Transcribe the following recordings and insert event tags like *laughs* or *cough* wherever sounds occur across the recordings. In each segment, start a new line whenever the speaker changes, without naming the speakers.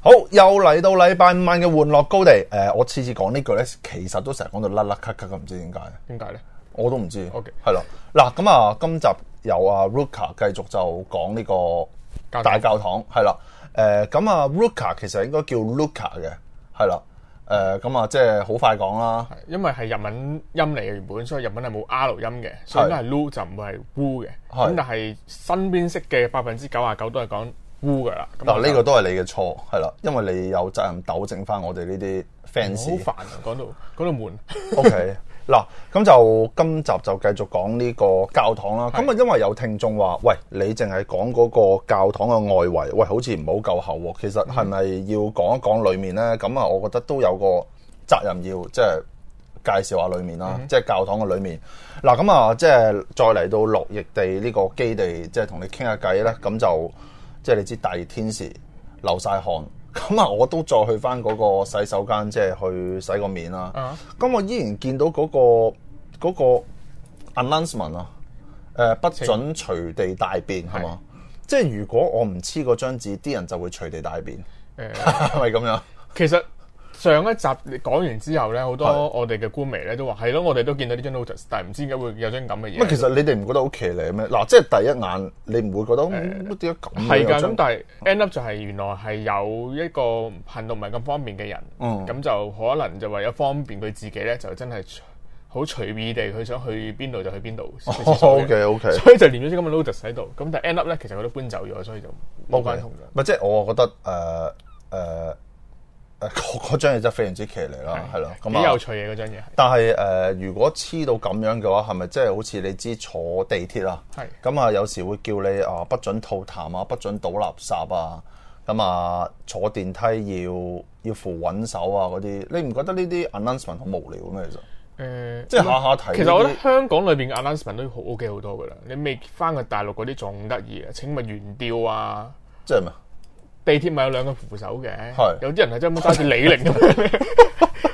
好，又嚟到禮拜五晚嘅玩樂高地。誒、我次次講呢句咧，其實都成日講到甩甩咳咳咁，唔知點解，
點解咧？
我都唔知。
OK
係啦。嗱，咁啊，今集有啊 Ruka 繼續就講呢個
教堂
大教堂，係啦。誒、咁啊 Ruka 其實應該叫 Luka 嘅，係啦。誒、咁啊，即係好快講啦。
係因為係日文音嚟嘅原本，所以日文係冇 R 音嘅，所以都係 lu 就唔會係 w 嘅。
係
咁但係身邊識嘅百分之九啊九都係講 w 噶啦。咁
嗱，
啊我
呢
就
個都係你嘅錯，係啦，因為你有責任糾正翻我哋呢啲 fans。
好煩啊！講到講到悶，
O K，嗱，咁就今集就繼續講呢個教堂啦。咁啊，因為有聽眾話：，喂，你淨係講嗰個教堂嘅外圍，喂，好似唔好夠厚喎。其實係咪要講一講裡面呢？咁啊，我覺得都有個責任要即係。介紹下裏面啦，即係教堂嘅裏面。嗱咁啊，即係再嚟到落翼地呢個基地，即係同你傾下偈咧。咁就即係你知大熱天時流晒汗，咁啊我都再去翻嗰個洗手間，即係去洗個面啦。
啊
咁、我依然見到嗰、個嗰、個 announcement 啊，誒、不准隨地大便係嘛？即係如果我唔黐嗰張紙，啲人就會隨地大便，
誒，
係咪咁樣？
其實上一集你講完之後咧，好多我哋嘅官媒咧都話係咯，我哋都見到呢張 notice，但係唔知點解會有張咁嘅嘢。
乜其實你哋唔覺得好騎呢咩？嗱，即係第一眼你唔會覺得嗯
*laughs*
乜點解咁嘅
係㗎，
有
咁
張
但係 end up 就係原來係有一個行動唔係咁方便嘅人，
嗯
咁、就可能就為咗方便佢自己咧，就真係好隨意地佢想去邊度就去邊度。
哦 *laughs* O K O K，
*laughs* 所以就連咗啲咁嘅 notice 喺度，咁但係 end up 咧，其實佢都搬走咗，所以就冇關痛咗。
咪即係我覺得誒誒誒嗰嗰張嘢真係非常之騎呢啦，係啦，
幾有
咁啊。
趣嘅嗰張嘢係。
但係誒、呃如果黐到咁樣嘅話，係咪即係好似你知坐地鐵啊？
係
咁啊，有時會叫你啊，不准吐痰啊，不准倒垃圾啊，咁啊，坐電梯要要扶穩手啊嗰啲，你唔覺得呢啲 announcement 好無聊咩？其實
誒、
即係下下睇呢啲。
其實我覺得香港裏邊嘅 announcement 都好 OK 好多噶啦，你未翻去大陸嗰啲仲得意啊！請勿懸吊啊！
即係咩？
地鐵咪有兩個扶手嘅
係，
有啲人係真係咁揸住李寧咁樣。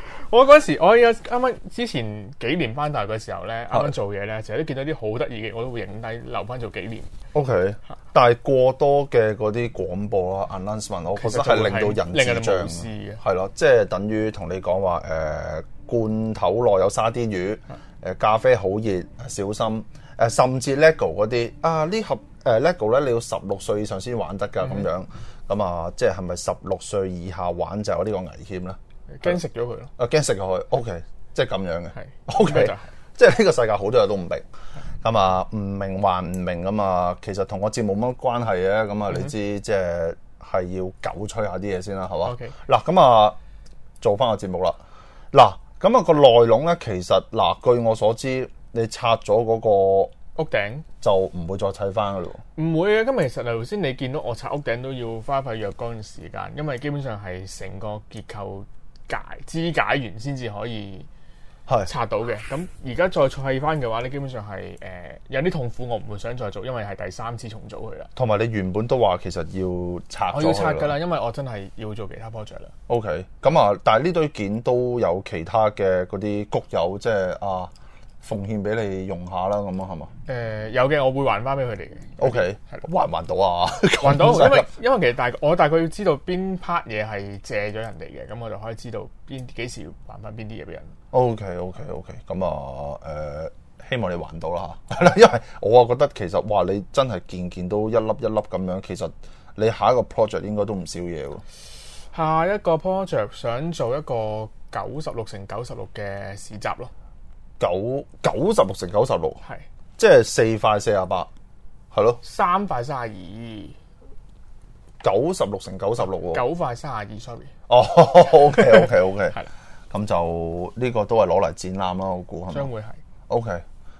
*laughs*
我嗰時我有啱啱之前幾年翻大陸嘅時候咧，啱
係
啱做嘢咧，成日都見到啲好得意嘅，我都會影低留翻做紀念。
O K，但係過多嘅嗰啲廣播啊 announcement，我覺得係令到人
令
智
人
障啊
無視嘅，
係咯，即係等於同你講話誒罐頭內有沙甸魚，誒、咖啡好熱，小心誒、甚至 LEGO 嗰啲啊呢盒誒、LEGO 咧，你要十六歲以上先玩得
嗯
㗎咁樣，咁啊即係係咪十六歲以下玩就有呢個危險咧？
驚食咗佢咯。
啊驚食佢，O K，即係咁樣嘅
係
，O
應該
K
就係。
即係呢個世界好多嘢都唔明，咁啊唔明還唔明咁啊，其實同我節目冇乜關係嘅，咁
嗯
啊你知即係係要狗吹下啲嘢先啦，係嘛
OK？
嗱咁啊，做翻個節目啦。嗱咁啊個內籠咧，其實嗱據我所知，你拆咗嗰個
屋頂
就唔會再砌翻噶咯。
唔會嘅，咁其實頭先你見到我拆屋頂都要花費若干時間，因為基本上係成個結構解肢解完先至可以
係
拆到嘅。咁而家再砌翻嘅話咧，基本上係誒、呃有啲痛苦，我唔會想再做，因為係第三次重組佢啦。
同埋你原本都話其實要拆
我
咗
要
佢
拆㗎啦，因為我真係要做其他 project 啦。
O K，咁啊，但係呢堆件都有其他嘅嗰啲谷友，即係啊奉獻俾你用下啦，咁啊係嘛
誒、有嘅，我會還翻俾佢哋嘅。
*laughs* ？O K，還唔還到
*laughs*
啊？*laughs*
還到，
咁犀利
因為因為其實大我大概要知道邊 part 嘢係借咗人哋嘅，咁我就可以知道邊幾時還翻邊啲嘢俾人。
O K O K O K，咁啊誒、希望你還到啦 *laughs* 嚇，係啦，因為我啊覺得其實哇，你真係件件都一粒一粒咁樣，其實你下一個 project 應該都唔少嘢喎。
下一個 project 想做一個九十六乘九十六嘅市集咯，
九九十六乘九十六，
係
即係四塊四廿八，係咯，
三塊三廿
九十六乘九十六
二，
喎。
九塊三廿二，sorry，
哦，O K O K O K，
*laughs* 係啦，
咁就呢個都係攞嚟展覽啦，我估係
將
咪
會係
？OK，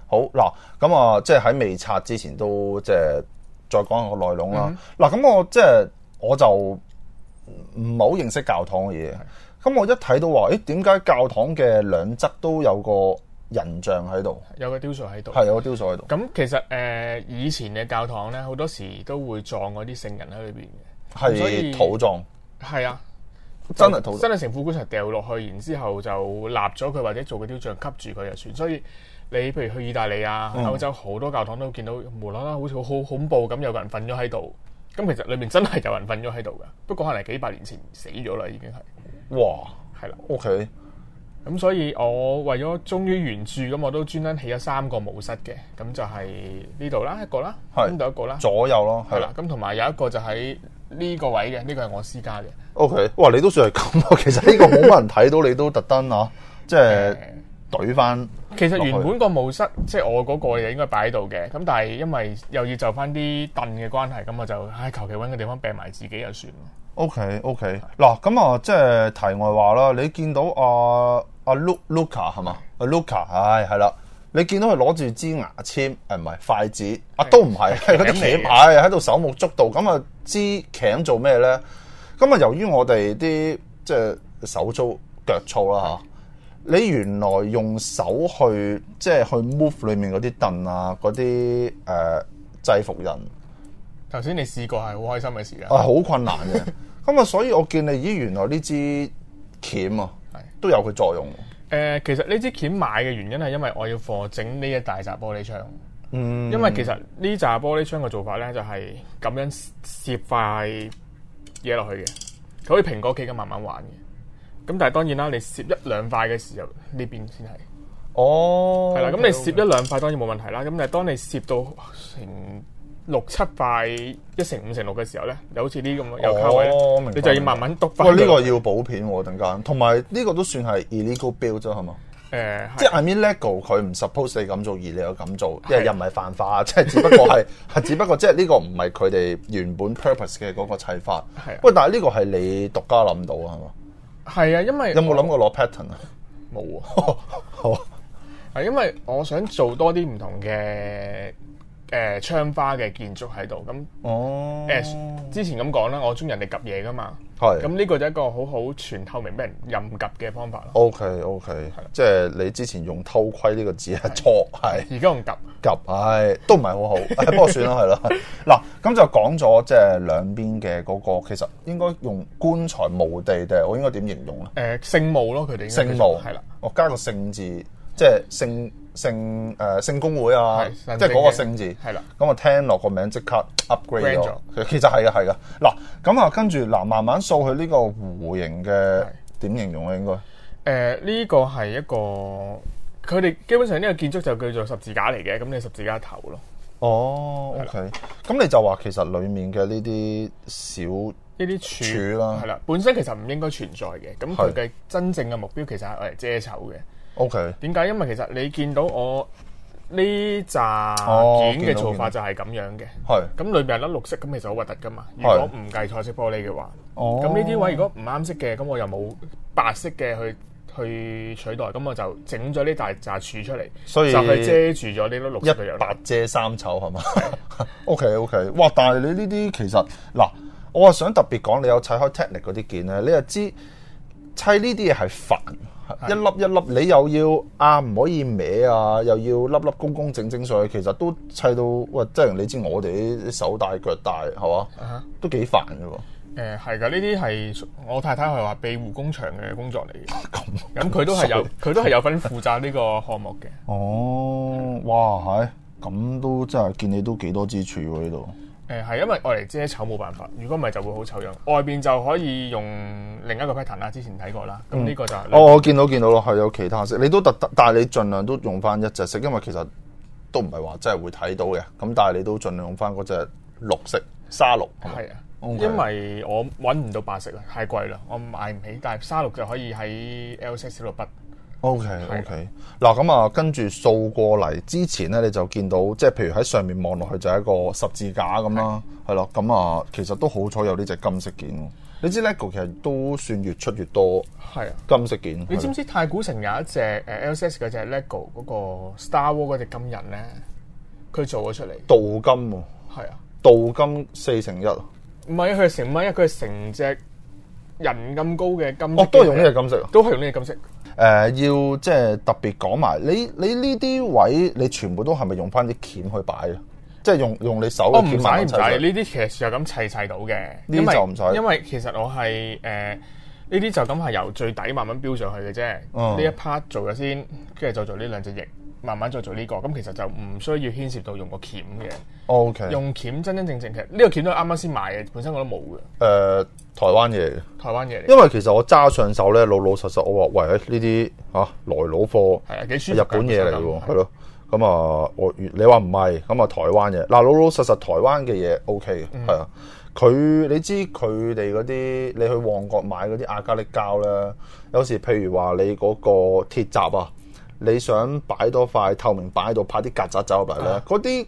好嗱，咁啊，即係喺未拆之前都即係再講下個內容
嗯
啦。嗱、咁我即係我就唔係好認識教堂嘅嘢，咁我一睇到話，誒點解教堂嘅兩側都有個人像喺度，
有個雕塑喺度。
係有個雕塑喺度，
咁其實誒、呃以前嘅教堂咧，好多時都會撞嗰啲聖人喺裏邊嘅。所以
係土葬，
係啊，
真係土葬。
真係成副棺材掉落去，然之後就立咗佢或者做個雕像吸住佢就算。所以你譬
嗯
如去意大利啊、歐洲好多教堂都見到無啦啦好似好好恐怖咁，有個人瞓咗喺度。咁其實裏面真係有人瞓咗喺度㗎，不過可能係幾百年前死咗啦，已經係
哇
係啦。
，OK，
咁所以我為咗忠於原著，咁我都專登起咗三個墓室嘅，咁就係呢度啦一個啦，
係
呢度一個啦，
左右咯，係
係
啦
啦，咁同埋有一個就喺呢個位嘅，呢個係我私家嘅。
，OK，哇，你都算係咁喎。其實呢個冇乜人睇到，你都特登啊，即係懟翻。
其實原本個墓室即係我嗰個嘢應該擺喺度嘅，咁但係因為又要就翻啲凳嘅關係，咁我就唉求其揾個地方病埋自己就算咯。
O K O K，嗱咁啊，即係題外話啦。你見到阿阿 Lu Luca 係嘛？阿 Luca，唉係啦，你見到佢攞住支牙籤，誒唔係筷子，啊都唔係，係嗰啲
嚟嘅
鉗牌喺度手舞足蹈。咁啊，支鉗做咩咧？咁啊，由於我哋啲即係手粗腳粗啦嚇，你原來用手去即係去 move 裏面嗰啲凳啊，嗰啲誒制服人。
頭先你試過係好開心嘅事啊，
啊，好困難
*laughs*
嘅。咁啊，所以我見你咦，原來呢支鉗啊
係，
都有佢作用喎。
誒、其實呢支鉗買嘅原因係因為我要貨整呢一大扎玻璃窗，
嗯，
因為其實呢扎玻璃窗嘅做法咧就係、咁樣攝塊嘢落去嘅，佢好似蘋果機咁慢慢玩嘅。咁但係當然啦，你攝一兩塊嘅時候，呢邊先係。
哦，
係啦，咁你
OK，OK
攝一兩塊當然冇問題啦。咁但係當你攝到成六七塊、一成五成六嘅時候咧，就好似呢咁樣有卡位咧，
哦明白
你就要慢慢篤翻
喂，
佢。
呢個要補片喎，陣間。同埋呢個都算係 illegal build 啫，係嘛？
誒
即係
係
I mean legal，佢唔 suppose 你咁做，而你又咁做，因為又唔係犯法， *laughs* 即係只不過
*laughs*
係係只不過即係呢個唔係佢哋原本 purpose 嘅嗰個砌法。
係啊
喂，但係呢個係你獨家諗到啊，係嘛？
係啊，因為
有冇諗過攞 pattern 啊？
我冇啊？
好啊，
係因為我想做多啲唔同嘅誒窗花嘅建築喺度。咁
*laughs* 哦，
誒之前咁講啦，我中意人哋及嘢噶嘛。
係
咁呢個就一個好好全透明俾人任及嘅方法啦。
O K O K，即係你之前用偷窺呢個字係錯，係
而家用及
夾，唉，都唔係
*laughs*
好好，唉不過算啦，係啦。嗱，咁就講咗即係兩邊嘅嗰個，其實應該用棺材墓地定係我應該點形容咧？
誒聖墓咯，佢哋應該
聖墓
係啦。
我加個聖字，即係聖聖誒聖公會啊，
係
即
神聖
係嗰個
嘅
聖字。
係啦，
咁我聽落個名即刻 upgrade
Grand
咗，其實係啊嘅係嘅。嗱，咁啊跟住嗱，慢慢掃佢呢個弧形嘅點形容啊咧，應該
呃誒呢、個係一個佢哋基本上呢個建築就叫做十字架嚟嘅，咁你十字架頭咯。
哦，OK，咁你就話其實裡面嘅呢啲小
呢啲
柱啦
係啦，本身其實唔應該存在嘅。咁
係
佢嘅真正嘅目標其實係嚟遮醜嘅。
OK，
點解？因為其實你見到我呢扎
哦
件
見
嘅
到
做法就係咁樣嘅。
係
咁裏邊係粒綠色，咁其實好核突噶嘛。如果唔計彩色玻璃嘅話，
哦
咁呢啲位如果唔啱色嘅，咁我又冇白色嘅去去取代，咁我就整咗呢大扎柱出嚟，
所以
就係遮住咗呢粒綠色嘅樣
一
咯
白。遮三醜係嘛 *laughs* ？OK OK，哇！但係你呢啲其實嗱，我係啊想特別講，你有砌開 technic 嗰啲件咧，你又知砌呢啲嘢係煩。一粒一粒，你又要啊唔可以歪啊，又要粒粒工工整整上去，其實都砌到喂，即係你知我哋啲手大腳大係嘛
啊哈
都幾煩嘅喎。
誒係㗎，呢啲係我太太係話庇護工場嘅工作嚟嘅，
咁
咁佢都係有佢都係有份負責呢個項目嘅。
哦，哇，係咁都真係見你都幾多支柱喎呢度。
誒係因為我嚟遮醜冇辦法，如果唔係就會好醜樣。外邊就可以用另一個 pattern 啦，之前睇過啦。咁呢個就係
哦，我見到見到咯，係有其他色，你都特登，但係你盡量都用翻一隻色，因為其實都唔係話真係會睇到嘅。咁但係你都盡量用翻嗰隻綠色沙綠。
係啊，
OK
因為我揾唔到白色啦，太貴啦，我買唔起。但係沙綠就可以喺 L six 度筆。
O K O K，嗱咁啊，跟住掃過嚟之前咧，你就見到即係譬如喺上面望落去就係一個十字架咁啦，係咯，咁啊其實都好彩有呢隻金色件喎。你知 LEGO 其實都算越出越多
係啊。
金色件。
你知
係
唔知太古城有一隻誒 L s s 嗰隻 LEGO 嗰個 Star War 嗰隻金人咧？佢做咗出嚟，
咯鍍金喎，
係啊，
鍍金四乘一啊。
唔係佢係成米，因為佢係成隻人咁高嘅金色。
哦，都係用呢隻金色啊。
都係用呢隻金色。
誒、要即係特別講埋，你你呢啲位你全部都係咪用翻啲鉗去擺啊？即係用用你手
哦，
嘅
唔使
鉗慢慢
唔
砌
使，
出嚟
呢啲其實就咁砌砌到嘅。
呢啲
因為
就唔使
因為其實我係誒呢啲就咁係由最底慢慢標上去嘅啫。呢、
嗯
一 part 做咗先，跟住就做呢兩隻翼。慢慢再做呢、個，咁其實就唔需要牽涉到用個鉗嘅，
O K，
用鉗真真正正其實呢個鉗都係啱啱先買嘅，本身我都冇嘅，
誒台灣嘢嚟嘅。
台灣嘢嚟嘅，
因為其實我揸上手咧，老老實實我話喂，呢啲嚇來佬貨，
係啊幾舒服
日
㗎
本嘢嚟嘅
其實
喎，
就
係咯。咁啊，我你話唔係，咁啊台灣嘢，嗱老老實實台灣嘅嘢 O K
嗯
嘅，係啊。佢你知佢哋嗰啲，你去旺角買嗰啲亞加力膠咧，有時譬如話你嗰個鐵閘啊，你想擺多塊透明板喺度，拍啲曱甴走入嚟
啊
咧，嗰啲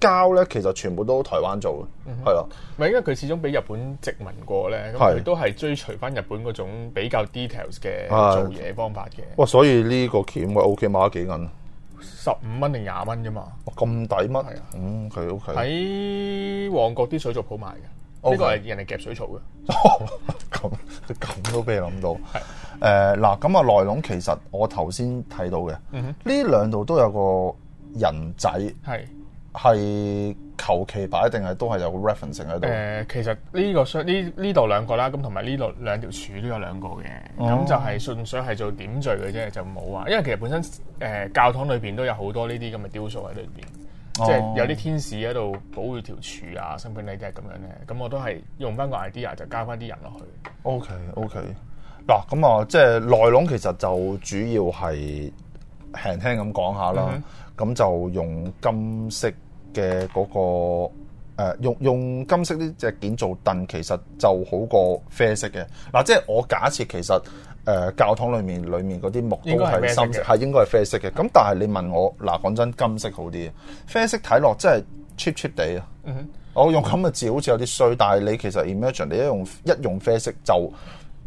膠咧其實全部都台灣做
嗯
嘅，係啊啦。
唔係因為佢始終俾日本殖民過咧，咁
係
佢都係追隨翻日本嗰種比較 details 嘅
係
做嘢方法嘅，
哇，所以呢個鉗嘅 O K 買咗幾銀？啊
十五蚊定廿蚊啫嘛，
哇咁抵乜
係啊？
嗯，佢 O K。
喺旺角啲水族鋪賣嘅，
OK
呢個係人哋夾水草嘅，
咁咁都俾你諗到。誒嗱，咁啊內籠其實我頭先睇到嘅，呢兩度都有個人仔
係。
係求其擺定係都係有個 reference 性喺
誒、
度。
呃其實呢個箱呢呢度兩個啦，咁同埋呢度兩條柱都有兩個嘅，咁、就係純粹係做點綴嘅啫，就冇話，因為其實本身誒、教堂裏邊都有好多呢啲咁嘅雕塑喺裏邊，即係有啲天使喺度保護條柱啊，身邊呢啲咁樣咧，咁我都係用翻個 idea 就加翻啲人落去，
O K O K，嗱咁啊，即係內籠其實就主要係輕輕咁講下
嗯
啦，咁、就用金色嘅嗰、個。誒、用用金色呢只件做凳，其實就好過啡色嘅。嗱、即係我假設其實誒、教堂裡面裡面嗰啲木都
應該係
係
啡色
深色，
嘅
係應該係啡色嘅。咁但係你問我嗱，講真金色好啲，啡色睇落真係 cheap cheap 地啊。我用咁嘅字好似有啲衰，但係你其實 imagine 你一用一用啡色就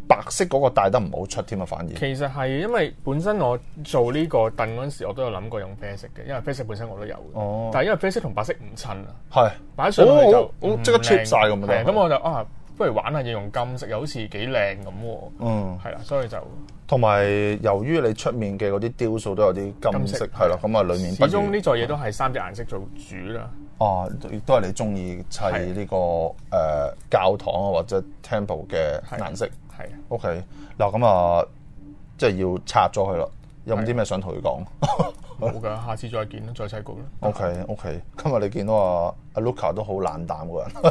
白色嗰個帶得唔好出添啊，反而
其實係因為本身我做呢個凳嗰陣時，我都有諗過用啡色嘅，因為啡色本身我都有嘅，
哦
但係因為啡色同白色唔襯啊。
係
擺上去
哦好
就嗯
好好即刻 cheap 晒咁樣
係咁我就啊，不如玩下嘢用金色，又好似幾靚咁喎。
嗯，
係啦，所以就
同埋由於你出面嘅嗰啲雕塑都有啲金
金
色，
色
係啦，咁啊裡面
始
不
終
如
呢座嘢都係三隻顏色做主啦。
啊，亦都係你中意砌呢個誒教堂啊或者 temple 嘅顏色。
係啊
OK，嗱咁啊，即係要拆咗佢啦。有冇啲咩想同佢講
冇㗎，下次再見啦，再砌過啦。
？OK OK，今日你見到啊阿 Luca 都好冷淡個人， *laughs*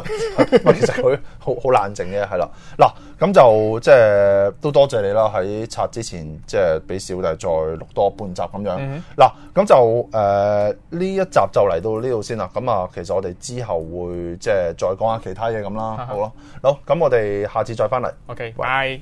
唔係其實佢好好冷靜嘅，係啦。嗱咁就即係都多謝你啦，喺拆之前即係俾小弟再錄多半集咁樣。嗱咁、就呃誒呢、一集就嚟到呢度先啦。咁啊，其實我哋之後會即係再講下其他嘢咁啦。好啦，好咁我哋下次再翻嚟。
OK，拜。